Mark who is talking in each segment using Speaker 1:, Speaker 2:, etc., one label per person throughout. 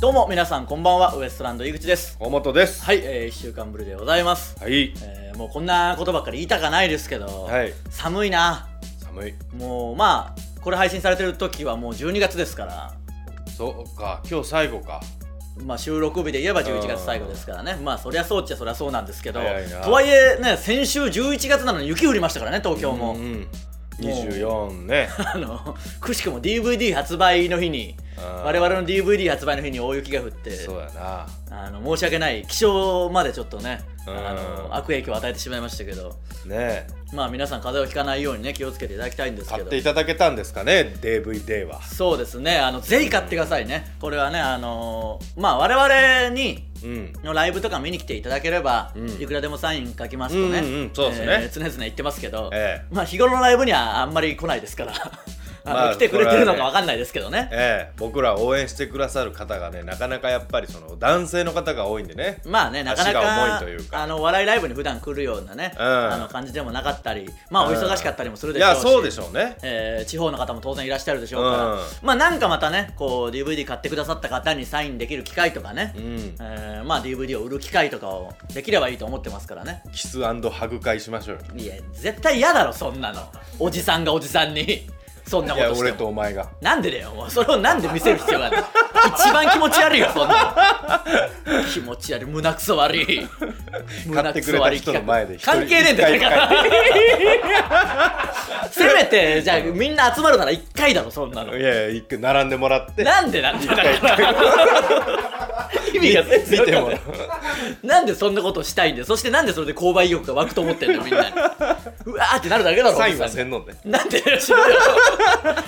Speaker 1: どうも皆さんこんばんはウエストランド井口です
Speaker 2: 大本です。
Speaker 1: はい、え1週間ぶりでございます、
Speaker 2: はい。
Speaker 1: えーもうこんなことばっかり言いたかないですけど、
Speaker 2: はい。
Speaker 1: 寒いな
Speaker 2: 寒い。
Speaker 1: もうまあこれ配信されてる時はもう12月ですから
Speaker 2: そうか、今日最後か。
Speaker 1: まあ収録日で言えば11月最後ですからねまあそりゃそうっちゃそりゃそうなんですけど
Speaker 2: 早いな
Speaker 1: とはいえね先週11月なのに雪降りましたからね東京も、
Speaker 2: うんうん。24ね。
Speaker 1: あのくしくも DVD 発売の日に我
Speaker 2: 我
Speaker 1: 々の DVD 発売の日に大雪が降って
Speaker 2: そうやな。
Speaker 1: あの申し訳ない気象までちょっとね
Speaker 2: うん
Speaker 1: あの悪影響を与えてしまいましたけど
Speaker 2: ね
Speaker 1: まあ皆さん風邪をひかないようにね気をつけていただきたいんですけ
Speaker 2: 買っ
Speaker 1: ど
Speaker 2: ていただけたんですかね、DVD は。
Speaker 1: そうですねあのぜひ買ってくださいねこれはねあのまあ我々に
Speaker 2: うん。
Speaker 1: のライブとか見に来ていただければ、
Speaker 2: うん
Speaker 1: いくらでもサイン書きますとね、
Speaker 2: うんうんそうですね
Speaker 1: えー常々言ってますけど、
Speaker 2: え
Speaker 1: まあ日頃のライブにはあんまり来ないですからあの、
Speaker 2: まあ
Speaker 1: 来てくれてるのかわかんないですけどね
Speaker 2: ええ、僕らを応援してくださる方がね、なかなかやっぱりその男性の方が多いんでね。
Speaker 1: まあね、なかな
Speaker 2: 足が
Speaker 1: か
Speaker 2: 重いというか
Speaker 1: あの笑いライブに普段来るようなね、
Speaker 2: うん
Speaker 1: あの感じでもなかったり、まあお忙しかったりもする
Speaker 2: い
Speaker 1: でしょう
Speaker 2: や、
Speaker 1: し、
Speaker 2: そうでしょうね。
Speaker 1: えー地方の方も当然いらっしゃるでしょうから、
Speaker 2: うん
Speaker 1: まあなんかまたね、こう DVD 買ってくださった方にサインできる機会とかね、
Speaker 2: うん。
Speaker 1: えーまあ DVD を売る機会とかをできればいいと思ってますからね。
Speaker 2: キスハグ会しましょうよ。
Speaker 1: いや、絶対嫌だろ、そんなの。おじさんがおじさんに、そんないこ
Speaker 2: や、
Speaker 1: としても
Speaker 2: 俺とお前が。
Speaker 1: なんでだよ、もうそれをなんで見せる必要が あるの一番気持ち悪いよ、そんなの。気持ち悪い、胸くそ悪い。
Speaker 2: 買ってくれた人の前で一人
Speaker 1: 関係ねえんだよ、だから。せめて、じゃあみんな集まるなら1回だろ、そんないの。
Speaker 2: やいや、一回並んでもらって。
Speaker 1: なんでなんだよ、だから。意味が全然
Speaker 2: 見
Speaker 1: わ
Speaker 2: て
Speaker 1: かん
Speaker 2: も
Speaker 1: な
Speaker 2: ら。
Speaker 1: いうなんでそんなことしたいんだよそしてなんでそれで購買意欲が湧くと思ってんのみんなにうわーってなるだけだろ
Speaker 2: サイン
Speaker 1: お
Speaker 2: は
Speaker 1: じさん
Speaker 2: せ んので。
Speaker 1: なんで知るよ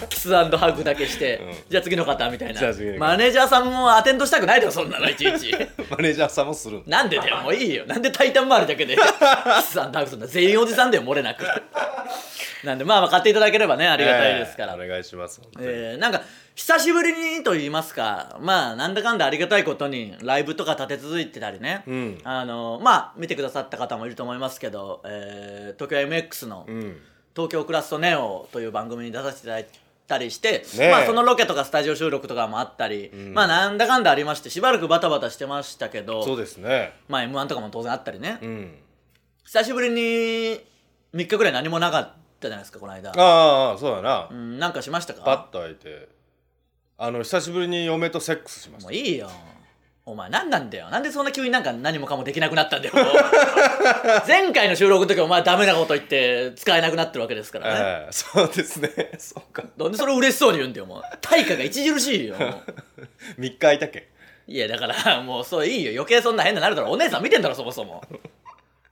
Speaker 1: キスハグだけして、
Speaker 2: うん
Speaker 1: じゃあ次の方みたいな
Speaker 2: じゃあ次の方
Speaker 1: マネージャーさんもアテンドしたくないだろそんなのいちい ち
Speaker 2: マネージャーさんもするんだ
Speaker 1: なんでだよもういいよなんで「タイタン回り」だけでキスハグすんだ全員おじさんだよ漏れなくなんでまあまあ買っていただければねありがたいですから、
Speaker 2: ええお願いします本当に
Speaker 1: えーなんか久しぶりにと言いますかまあなんだかんだありがたいことにライブとか立て続いてたりね、
Speaker 2: うん
Speaker 1: あのまあ見てくださった方もいると思いますけど、えー、東京 MX の
Speaker 2: うん
Speaker 1: 「東京クラストネオ」という番組に出させていただいたりして、
Speaker 2: ねえ
Speaker 1: まあ、そのロケとかスタジオ収録とかもあったり、
Speaker 2: ん
Speaker 1: まあなんだかんだありましてしばらくバタバタしてましたけど
Speaker 2: そうですね
Speaker 1: まあ m 1とかも当然あったりね、
Speaker 2: うん
Speaker 1: 久しぶりに3日ぐらい何もなかったじゃないですかこの間、
Speaker 2: ああそうだな
Speaker 1: うん、なんかしましたか
Speaker 2: パッと開いてあの久しぶりに嫁とセックスしまし
Speaker 1: も
Speaker 2: た
Speaker 1: ういいよお前何なんだよなんでそんな急になんか何もかもできなくなったんだよ もう前回の収録の時お前ダメなこと言って使えなくなってるわけですからね、
Speaker 2: ええそうですね そうか
Speaker 1: なんでそれ嬉しそうに言うんだよもう対価が著しいよもう
Speaker 2: 3日空いたけ
Speaker 1: いやだから もうそういいよ余計そんな変ななるだろお姉さん見てんだろそもそ も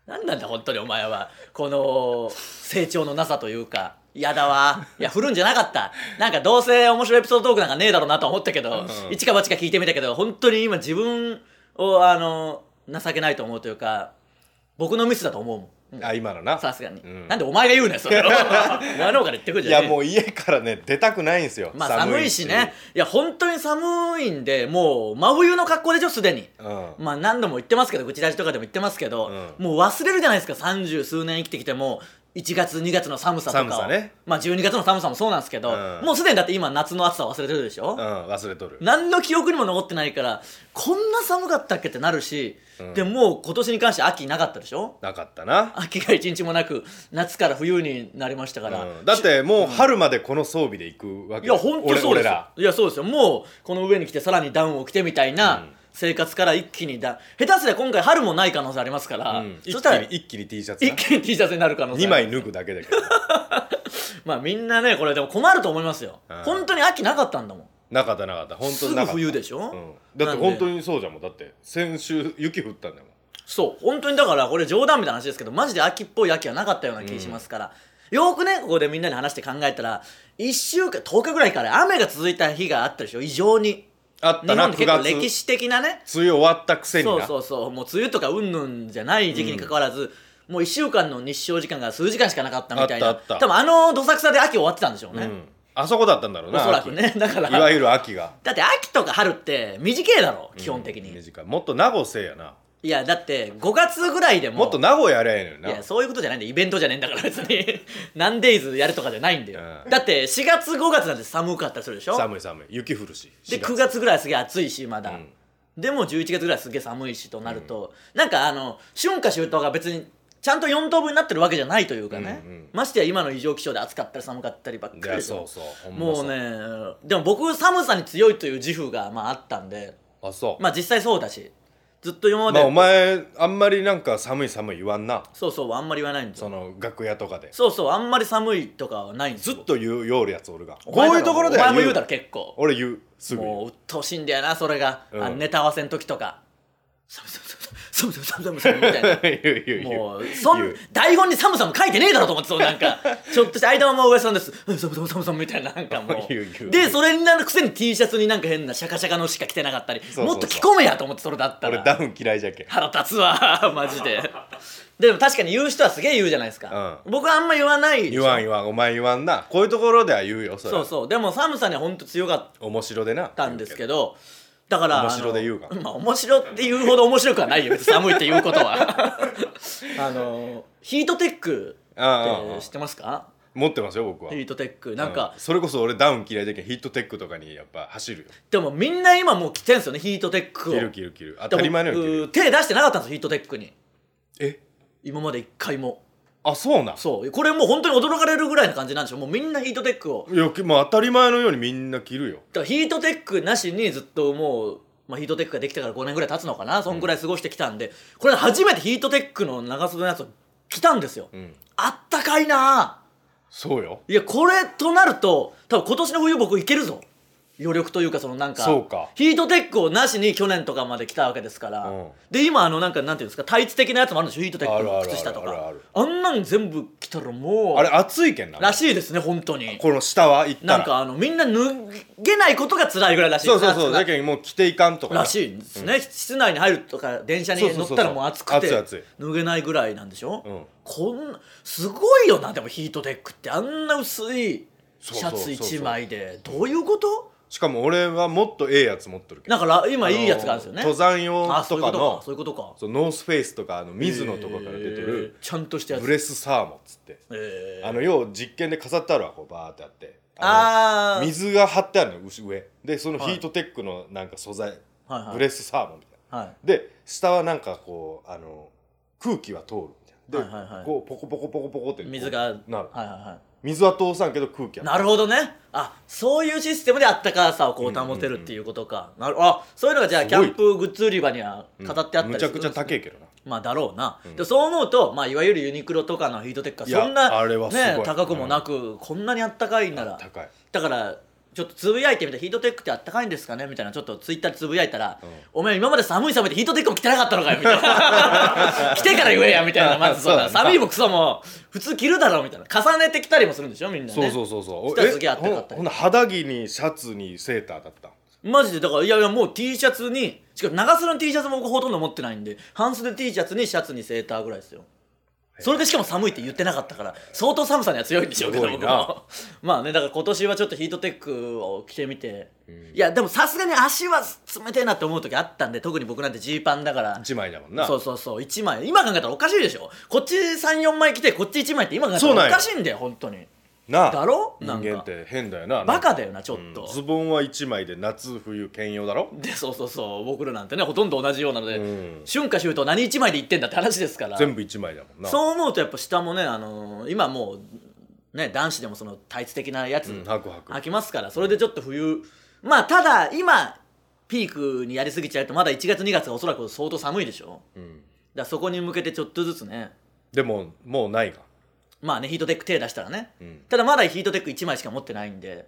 Speaker 1: 何なんだ本当にお前はこの成長のなさというかやだわいや振るんじゃなかったなんかどうせ面白いエピソードトークなんかねえだろうなと思ったけど、
Speaker 2: うん
Speaker 1: 一か八か聞いてみたけど本当に今自分をあの情けないと思うというか僕のミスだと思うもんうん
Speaker 2: あ今のな
Speaker 1: さすがに、
Speaker 2: うん
Speaker 1: なんでお前が言うねんそ れをお前の方から言ってくる
Speaker 2: い
Speaker 1: じゃん
Speaker 2: やもう家からね出たくないんですよ
Speaker 1: まあ寒いしねいや本当に寒いんでもう真冬の格好でしょすでに
Speaker 2: うん
Speaker 1: まあ何度も言ってますけど愚痴ラジとかでも言ってますけど、
Speaker 2: う
Speaker 1: もう忘れるじゃないですか三十数年生きてきても1月2月の寒さとかを
Speaker 2: 寒さね
Speaker 1: まあ12月の寒さもそうなんですけど、
Speaker 2: うん
Speaker 1: もうすでにだって今夏の暑さ忘れてるでしょ、
Speaker 2: うん忘れとる
Speaker 1: 何の記憶にも残ってないからこんな寒かったっけってなるし、
Speaker 2: うん
Speaker 1: でもう今年に関して秋なかったでしょ
Speaker 2: なかったな
Speaker 1: 秋が一日もなく夏から冬になりましたから、
Speaker 2: うんだってもう春までこの装備で行くわ
Speaker 1: い
Speaker 2: け
Speaker 1: や本当そうで
Speaker 2: 俺俺
Speaker 1: すよ
Speaker 2: ら
Speaker 1: いやそうですよもうこの上に来てさらにダウンを着てみたいな、
Speaker 2: うん
Speaker 1: 生活から一気にダウン下手すりゃ今回春もない可能性ありますから、
Speaker 2: うん
Speaker 1: そし
Speaker 2: 一気
Speaker 1: た
Speaker 2: に
Speaker 1: ら
Speaker 2: 一気に T シャツ
Speaker 1: 一
Speaker 2: な
Speaker 1: 気に T シャツになる可能性
Speaker 2: 2枚脱ぐだけだけど
Speaker 1: まあみんなねこれでも困ると思いますよ、
Speaker 2: うん
Speaker 1: 本当に秋なかったんだもん
Speaker 2: なかったなかった本当
Speaker 1: す
Speaker 2: に
Speaker 1: ぐ
Speaker 2: なかった
Speaker 1: 冬でしょ、
Speaker 2: うん、だって本当にそうじゃんもんだって先週雪降ったんだもん
Speaker 1: そう本当にだからこれ冗談みたいな話ですけどマジで秋っぽい秋はなかったような気しますから、よーくねここでみんなに話して考えたら1週間10日ぐらいから雨が続いた日があったでしょ異常に
Speaker 2: あっ
Speaker 1: 日
Speaker 2: たな
Speaker 1: 本っ
Speaker 2: 9
Speaker 1: て結構
Speaker 2: 月
Speaker 1: 歴史的なね
Speaker 2: 梅雨終わったくせにな
Speaker 1: そうそうそうもう梅雨とかうんぬんじゃない時期に関わらず、もう1週間の日照時間が数時間しかなかったみたいな
Speaker 2: あったあっ
Speaker 1: 多
Speaker 2: た
Speaker 1: 分あのどさくさで秋終わってたんでしょうね、
Speaker 2: うん、あそこだったんだろう
Speaker 1: お
Speaker 2: な
Speaker 1: そらくねだか
Speaker 2: 秋いわ
Speaker 1: ら
Speaker 2: ゆる秋が
Speaker 1: だって秋とか春って短いだろ基本的に、
Speaker 2: 短いもっと名護せいやない
Speaker 1: やだって5月ぐらいでも
Speaker 2: もっと名護やれやねん
Speaker 1: いや
Speaker 2: な
Speaker 1: そういうことじゃないんだよイベントじゃねえんだから別に 何デイズやるとかじゃないんだよ、
Speaker 2: うん
Speaker 1: だって4月5月なんて寒かったりするでしょ
Speaker 2: 寒い寒い雪降るし
Speaker 1: で
Speaker 2: 4月
Speaker 1: 9月ぐらいはすげえ暑いしまだ、
Speaker 2: うん
Speaker 1: でも11月ぐらいすげえ寒いしとなると、なんかあの春夏秋冬が別にちゃんと4等分になってるわけじゃないというかね、
Speaker 2: うんうん
Speaker 1: ましてや今の異常気象で暑かったり寒かったりばっかりで
Speaker 2: やそうそうほんま
Speaker 1: も
Speaker 2: そう
Speaker 1: ねでも僕寒さに強いという自負がまああったんで
Speaker 2: あそう
Speaker 1: まあ実際そうだしずっと今ま
Speaker 2: ま
Speaker 1: で、
Speaker 2: あお前あんまりなんか寒い寒い言わんな
Speaker 1: そうそうあんまり言わないんです
Speaker 2: そ
Speaker 1: よ
Speaker 2: の楽屋とかで
Speaker 1: そうそうあんまり寒いとかはないんです
Speaker 2: ず
Speaker 1: よ
Speaker 2: っと言うよるやつ俺が
Speaker 1: お
Speaker 2: こ
Speaker 1: 前
Speaker 2: う
Speaker 1: だ
Speaker 2: い
Speaker 1: ろ
Speaker 2: うところで
Speaker 1: お前も言
Speaker 2: う
Speaker 1: うたら結構
Speaker 2: 俺言うすぐ言う
Speaker 1: もう鬱陶しいんだよなそれが、
Speaker 2: うん
Speaker 1: あのネタ合わせの時とか寒さ寒さ寒さ寒さ寒さみたいな
Speaker 2: 言う 言う言う
Speaker 1: もうそ
Speaker 2: 言
Speaker 1: ん
Speaker 2: う
Speaker 1: 台本に寒さも書いてねえだろと思ってそうなん かちょっとした間はもう上さんですうん寒さ寒さ寒さみたいななんかも
Speaker 2: 言う言
Speaker 1: う
Speaker 2: う
Speaker 1: でそれになるくせに T シャツになんか変なシャカシャカのしか着てなかったり
Speaker 2: そうそう
Speaker 1: もっと着込めやと思ってそれだった
Speaker 2: 俺
Speaker 1: ら
Speaker 2: ダウン嫌いじゃけん
Speaker 1: 腹立つわ マジででも確かに言う人はすげえ言うじゃないですか、僕はあんま言わないでしょ
Speaker 2: 言わん言わんお前言わんなこういうところでは言うよそれ
Speaker 1: そうそうでも寒さにはほんと強かっ
Speaker 2: 面白でな
Speaker 1: たんですけどだから
Speaker 2: 面白で言うか
Speaker 1: あのまあ面白って言うほど面白くはないよ別に寒いって言うこと はあのヒートテック
Speaker 2: あああ
Speaker 1: っ
Speaker 2: あ
Speaker 1: て知ってますか
Speaker 2: 持ってますよ僕は
Speaker 1: ヒートテックなんか、
Speaker 2: うんそれこそ俺ダウン嫌いじゃけんヒートテックとかにやっぱ走るよ
Speaker 1: でもみんな今もう着てんすよねヒートテックを
Speaker 2: 着る着る着る当たり前のように着る
Speaker 1: で僕手出してなかったんですよヒートテックに
Speaker 2: え
Speaker 1: 今まで一回も
Speaker 2: あそうなん
Speaker 1: そうこれもう本当に驚かれるぐらいな感じなんでしょもうみんなヒートテックを
Speaker 2: いやきもう当たり前のようにみんな着る
Speaker 1: だ
Speaker 2: よ
Speaker 1: からヒートテックなしにずっともう、まあ、ヒートテックができてから5年ぐらい経つのかなそんぐらい過ごしてきたんで、これ初めてヒートテックの長袖のやつを着たんですよ、
Speaker 2: うん
Speaker 1: あったかいなぁ
Speaker 2: そうよ
Speaker 1: いやこれとなると多分今年の冬僕いけるぞ余力というかそのなんか
Speaker 2: そうか
Speaker 1: ヒートテックをなしに去年とかまで来たわけですから、
Speaker 2: うん
Speaker 1: で今あのなんかなんていうんですかタイツ的なやつもあるんでしょヒートテック
Speaker 2: あるあ
Speaker 1: の
Speaker 2: るある
Speaker 1: 靴下と
Speaker 2: ある
Speaker 1: か
Speaker 2: ある
Speaker 1: あんなん全部着たらもう
Speaker 2: あれ暑いけんな
Speaker 1: らしいですね本当に
Speaker 2: この下は行ったら
Speaker 1: なんかあのみんな脱げないことが辛いぐらいらしいで
Speaker 2: そ
Speaker 1: す
Speaker 2: うそうそ
Speaker 1: 暑く
Speaker 2: う
Speaker 1: なっ
Speaker 2: だけどもう着ていかんとから
Speaker 1: しいんですね、室内に入るとか電車に
Speaker 2: そうそ
Speaker 1: 乗
Speaker 2: うそうそ
Speaker 1: った
Speaker 2: う
Speaker 1: らもう暑くて
Speaker 2: 暑い暑い
Speaker 1: 脱げないぐらいなんでしょ、
Speaker 2: うん
Speaker 1: こんなすごいよなでもヒートテックってあんな薄いシ
Speaker 2: そ
Speaker 1: ャ
Speaker 2: うそうそう
Speaker 1: ツ
Speaker 2: そう
Speaker 1: 1枚でどういうこと
Speaker 2: しかも俺はもっとええやつ持っとるけど
Speaker 1: だから今いいやつがあるんですよね
Speaker 2: 登山用
Speaker 1: あそう
Speaker 2: と
Speaker 1: いうこ
Speaker 2: か
Speaker 1: と
Speaker 2: の
Speaker 1: かそういうことか
Speaker 2: そうノースフェイスとかあの水野とかから出てる
Speaker 1: えーちゃんとしたやつ
Speaker 2: ブレスサーモンっつって
Speaker 1: えー
Speaker 2: あの要は実験で飾ってあるわこうバーってあって
Speaker 1: あー
Speaker 2: の水が張ってあるの牛上でそのヒートテックのなんか素材、
Speaker 1: はいはい
Speaker 2: ブレスサーモンみたい
Speaker 1: はい
Speaker 2: なで下はなんかこうあの空気は通るみたいなで、
Speaker 1: はいはいはい
Speaker 2: こうポコポコポコポコってこう
Speaker 1: 水が
Speaker 2: なる
Speaker 1: はいはいはい
Speaker 2: 水は通さんけど空気は
Speaker 1: なるほどねあそういうシステムであったかさをこう保てるっていうことか、なるあそういうのがじゃあ
Speaker 2: す
Speaker 1: キ
Speaker 2: ごい
Speaker 1: ャンプグッズ売り場には
Speaker 2: うん
Speaker 1: 飾ってあったりす
Speaker 2: むち
Speaker 1: る
Speaker 2: ゃくちゃ高
Speaker 1: い
Speaker 2: いけどな
Speaker 1: まあだろうな、でそう思うと、まあ、いわゆるユニクロとかのヒートテックはい
Speaker 2: や
Speaker 1: そんな
Speaker 2: あれはすごい
Speaker 1: ね、高くもなく、こんなにあったかいんなら
Speaker 2: 高い
Speaker 1: だからちょっとつぶやいてみてヒートテックってあったかいんですかねみたいなちょっとツイッターでつぶやいたら、
Speaker 2: うん
Speaker 1: お前今まで寒い寒いでヒートテックも着てなかったのかよみたい な着てから言えやみたいなまずそうだ
Speaker 2: そうだな
Speaker 1: 寒いもクソも普通着るだろうみたいな重ねてきたりもするんでしょみんなね
Speaker 2: そうそうそうそう
Speaker 1: 下すげえあったかったり
Speaker 2: ほんほんな肌着にシャツにセーターだった
Speaker 1: マジでだからいやいやもう T シャツにしかも長袖の T シャツも僕ほとんど持ってないんで半袖 T シャツにシャツにセーターぐらいですよそれでしかも寒いって言ってなかったから相当寒さには強いんでしょうけど
Speaker 2: すごい
Speaker 1: 僕
Speaker 2: な
Speaker 1: も まあねだから今年はちょっとヒートテックを着てみて、
Speaker 2: ん
Speaker 1: いやでもさすがに足は冷てえなって思う時あったんで特に僕なんてジーパンだから
Speaker 2: 一枚だもんな
Speaker 1: そうそうそう1枚今考えたらおかしいでしょこっち34枚着てこっち1枚って今考えた
Speaker 2: そ
Speaker 1: ら
Speaker 2: うな
Speaker 1: お
Speaker 2: んよ
Speaker 1: かしいんだよ本当に
Speaker 2: なあ
Speaker 1: だろ
Speaker 2: 人
Speaker 1: なんか
Speaker 2: 間って変だよな
Speaker 1: バカだよなちょっと、
Speaker 2: ズボンは1枚で夏冬兼用だろ
Speaker 1: でそうそうそう僕らなんてねほとんど同じようなので、
Speaker 2: うん
Speaker 1: 春夏秋冬何一枚で言ってんだって話ですから
Speaker 2: 全部1枚だもんな
Speaker 1: そう思うとやっぱ下もね、あのー今もうね男子でもそのタイツ的なやつ
Speaker 2: うんはくはく
Speaker 1: 履きますからそれでちょっと冬まあただ今ピークにやりすぎちゃうとまだ1月2月がおそらく相当寒いでしょ
Speaker 2: うん
Speaker 1: だからそこに向けてちょっとずつね
Speaker 2: でももうないが
Speaker 1: まあねヒートテック手出したらね、
Speaker 2: うん
Speaker 1: ただまだヒートテック1枚しか持ってないんで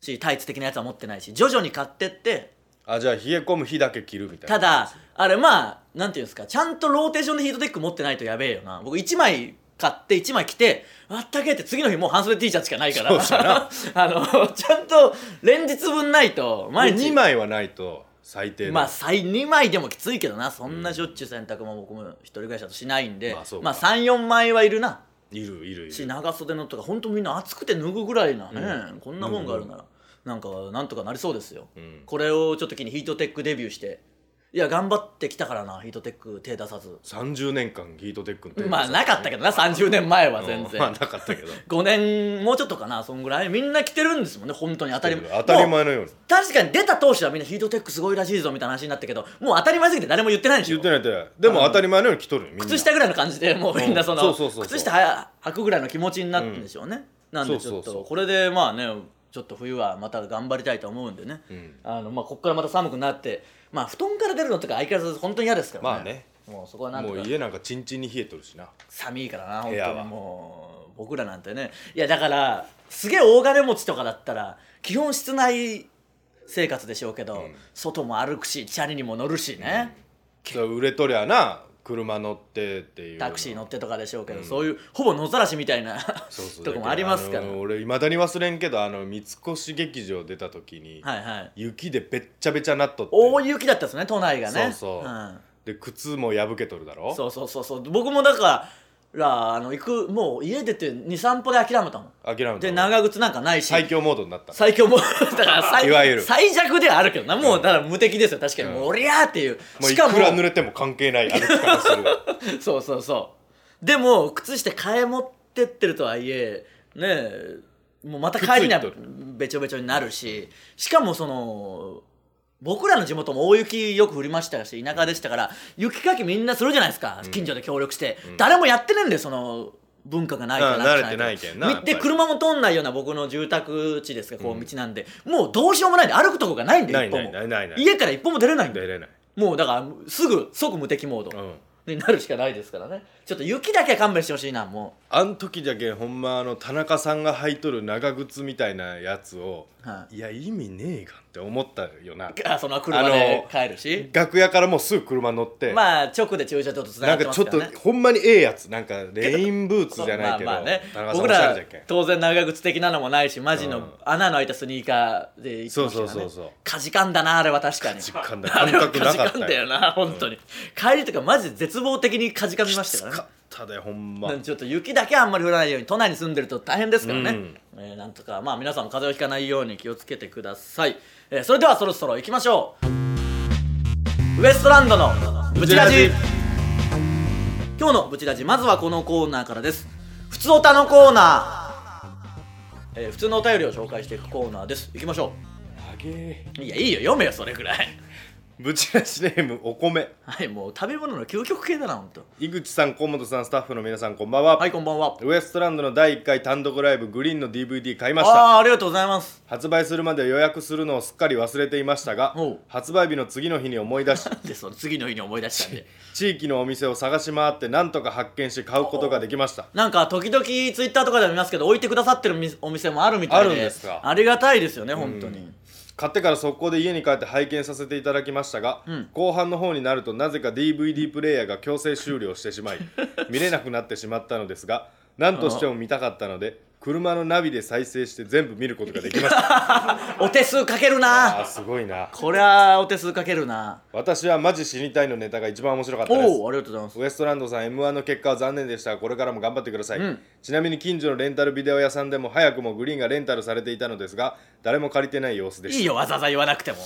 Speaker 1: しタイツ的なやつは持ってないし徐々に買ってって
Speaker 2: あじゃあ冷え込む日だけ着るみたい
Speaker 1: た
Speaker 2: な
Speaker 1: だあれまあなんていうんですかちゃんとローテーションでヒートテック持ってないとやべえよな僕1枚買って1枚着てあったけえって次の日もう半袖 T シャツしかないから
Speaker 2: そうし た
Speaker 1: あのちゃんと連日分ないと毎日
Speaker 2: 2枚はないと最低だ
Speaker 1: まあ最2枚でもきついけどなそんなしょっちゅう洗濯も僕も一人暮らしだとしないんで、
Speaker 2: まあそうか
Speaker 1: まあ34枚はいるない
Speaker 2: るいるい
Speaker 1: し
Speaker 2: る
Speaker 1: 長袖のとか本当みんな暑くて脱ぐぐらいなね、こんなもんがあるなら、なんかなんとかなりそうですよ、
Speaker 2: ん
Speaker 1: これをちょっと機にヒートテックデビューしていや頑張ってきたからなヒートテック手出さず
Speaker 2: 30年間ヒートテックの
Speaker 1: まあなかったけどな30年前は全
Speaker 2: うんまあ
Speaker 1: 然
Speaker 2: なかったけど
Speaker 1: 5年もうちょっとかなそんぐらいみんな着てるんですもんね本当に当たり前
Speaker 2: 当たり前のように
Speaker 1: 確かに出た当初はみんなヒートテックすごいらしいぞみたいな話になったけどもう当たり前すぎて誰も言ってないでし
Speaker 2: 言っ
Speaker 1: ょ
Speaker 2: てないってでも
Speaker 1: うん
Speaker 2: 当たり前のように着とるよみんな
Speaker 1: 靴下ぐらいの感じでもうみんなその、
Speaker 2: うんそうそうそうそう
Speaker 1: 靴下は履くぐらいの気持ちになってんでしょうね、なんでちょっと
Speaker 2: そうそうそう
Speaker 1: これでまあねちょっと冬はまた頑張りたいと思うんでね、
Speaker 2: うん
Speaker 1: あのまあ、ここからまた寒くなってまあ布団から出るのとか相変わらず本当に嫌ですからね
Speaker 2: まあね
Speaker 1: もうそこはなんと
Speaker 2: も
Speaker 1: か
Speaker 2: う家なんかチンチンに冷えとるしな
Speaker 1: 寒いからな本
Speaker 2: 部屋
Speaker 1: 当
Speaker 2: は
Speaker 1: にもう僕らなんてねいやだからすげえ大金持ちとかだったら基本室内生活でしょうけど、
Speaker 2: うん
Speaker 1: 外も歩くしチャリにも乗るしね、
Speaker 2: そう売れとりゃな車乗ってっていう
Speaker 1: タクシー乗ってとかでしょうけど、
Speaker 2: うん
Speaker 1: そういうほぼ野ざらしみたいな
Speaker 2: そうそう
Speaker 1: とこもありますから
Speaker 2: だけどあの俺いまだに忘れんけどあの三越劇場出た時に、
Speaker 1: はいはい
Speaker 2: 雪でべっちゃべちゃなっとって
Speaker 1: 大雪だったんですね都内がね
Speaker 2: そう
Speaker 1: う
Speaker 2: そう
Speaker 1: ん
Speaker 2: で靴も破けとるだろ
Speaker 1: そうそうそうそう僕もだからあの行くもう家出て23歩で諦めたもん
Speaker 2: 諦め
Speaker 1: で
Speaker 2: た
Speaker 1: 長靴なんかないし
Speaker 2: 最強モードになった
Speaker 1: 最強もだから最
Speaker 2: いわゆる
Speaker 1: 最弱ではあるけどなもうだから無敵ですよ確かに、
Speaker 2: うん
Speaker 1: もうおりゃーっていう
Speaker 2: もうい
Speaker 1: し
Speaker 2: く
Speaker 1: かも
Speaker 2: ら濡れても関係ない歩き方するわ
Speaker 1: そうそうそうでも靴下替え持ってってるとはいえねえもうまた帰りには
Speaker 2: 靴いっと
Speaker 1: べちょべちょになるししかもその僕らの地元も大雪よく降りましたし田舎でしたから雪かきみんなするじゃないですか、近所で協力して、誰もやってねえんだよその文化がないから
Speaker 2: うん
Speaker 1: んか
Speaker 2: 慣れてないけんなやっぱ
Speaker 1: で
Speaker 2: り
Speaker 1: 車も通んないような僕の住宅地ですがこう道なんで、もうどうしようもないんで歩くとこがないんだよ
Speaker 2: な い
Speaker 1: 一歩
Speaker 2: な
Speaker 1: も
Speaker 2: いないないない
Speaker 1: 家から一歩も出れないんだ
Speaker 2: 出
Speaker 1: よ
Speaker 2: れない
Speaker 1: もうだからすぐ即無敵モード、
Speaker 2: うん
Speaker 1: になるしかないですからねちょっと雪だけは勘弁してほしいなも
Speaker 2: あん時だけほんまあの田中さんが履いとる長靴みたいなやつを、
Speaker 1: はい
Speaker 2: や意味ねえがんって思ったよな
Speaker 1: うあその車で帰るし、
Speaker 2: 楽屋からもうすぐ車乗って、
Speaker 1: まあ直で駐車場とつな
Speaker 2: な
Speaker 1: がって
Speaker 2: んか
Speaker 1: ま
Speaker 2: ち
Speaker 1: す
Speaker 2: ょっ
Speaker 1: か
Speaker 2: と
Speaker 1: らね
Speaker 2: ほんまにええやつなんかレインブーツじゃないけど
Speaker 1: まあまあね
Speaker 2: 田中さん
Speaker 1: 僕
Speaker 2: おしゃれ
Speaker 1: ら
Speaker 2: じゃっけ
Speaker 1: 当然長靴的なのもないしマジ
Speaker 2: うん
Speaker 1: の穴の開いたスニーカーで行きましたから、ね、
Speaker 2: そうそうそうそう
Speaker 1: かじかんだなあれは確かに
Speaker 2: かじかんだ
Speaker 1: あれは
Speaker 2: 感覚なかったよ
Speaker 1: かじかんだよな本当に、帰りとかマジ絶望的にかじかみましたからね
Speaker 2: かったでほんま
Speaker 1: なんでちょっと雪だけはあんまり降らないように都内に住んでると大変ですからね、
Speaker 2: うん
Speaker 1: えーなんとかまあ皆さんも風邪をひかないように気をつけてください、えーそれではそろそろ行きましょうウエストランドのブチラジ今日のブチラジまずはこのコーナーからです普通おたのコーナー、えー普通のお便りを紹介していくコーナーです行きましょ
Speaker 2: あげえ
Speaker 1: ういやいいよ読めよそれぐらい
Speaker 2: ぶち出しネームお米
Speaker 1: はいもう食べ物の究極系だなほんと
Speaker 2: 井口さん河本さんスタッフの皆さんこんばんは、
Speaker 1: はいこんばんは
Speaker 2: ウエストランドの第1回単独ライブグリーンの DVD 買いました
Speaker 1: ああーありがとうございます
Speaker 2: 発売するまで予約するのをすっかり忘れていましたが
Speaker 1: おう
Speaker 2: 発売日の次の日に思い出し
Speaker 1: でその次の日に思い出したんで
Speaker 2: 地域のお店を探し回ってなんとか発見し買うことができました
Speaker 1: なんか時々ツイッターとかでも見ますけど置いてくださってるみお店もあるみたいで
Speaker 2: あるんですか
Speaker 1: ありがたいですよね本当に、
Speaker 2: 買ってから速攻で家に帰って拝見させていただきましたが、
Speaker 1: ん
Speaker 2: 後半の方になるとなぜか DVD プレイヤーが強制終了してしま い見れなくなってしまったのですが何としても見たかったので車のナビで再生して全部見ることができました
Speaker 1: お手数かけるな
Speaker 2: あーすごいな
Speaker 1: こりゃお手数かけるな
Speaker 2: 私はマジ死にたいのネタが一番面白かったです
Speaker 1: おおありがとうございます
Speaker 2: ウエストランドさん m 1の結果は残念でしたがこれからも頑張ってください、
Speaker 1: うん
Speaker 2: ちなみに近所のレンタルビデオ屋さんでも早くもグリーンがレンタルされていたのですが誰も借りてない様子でした
Speaker 1: いいよわざわざ言わなくても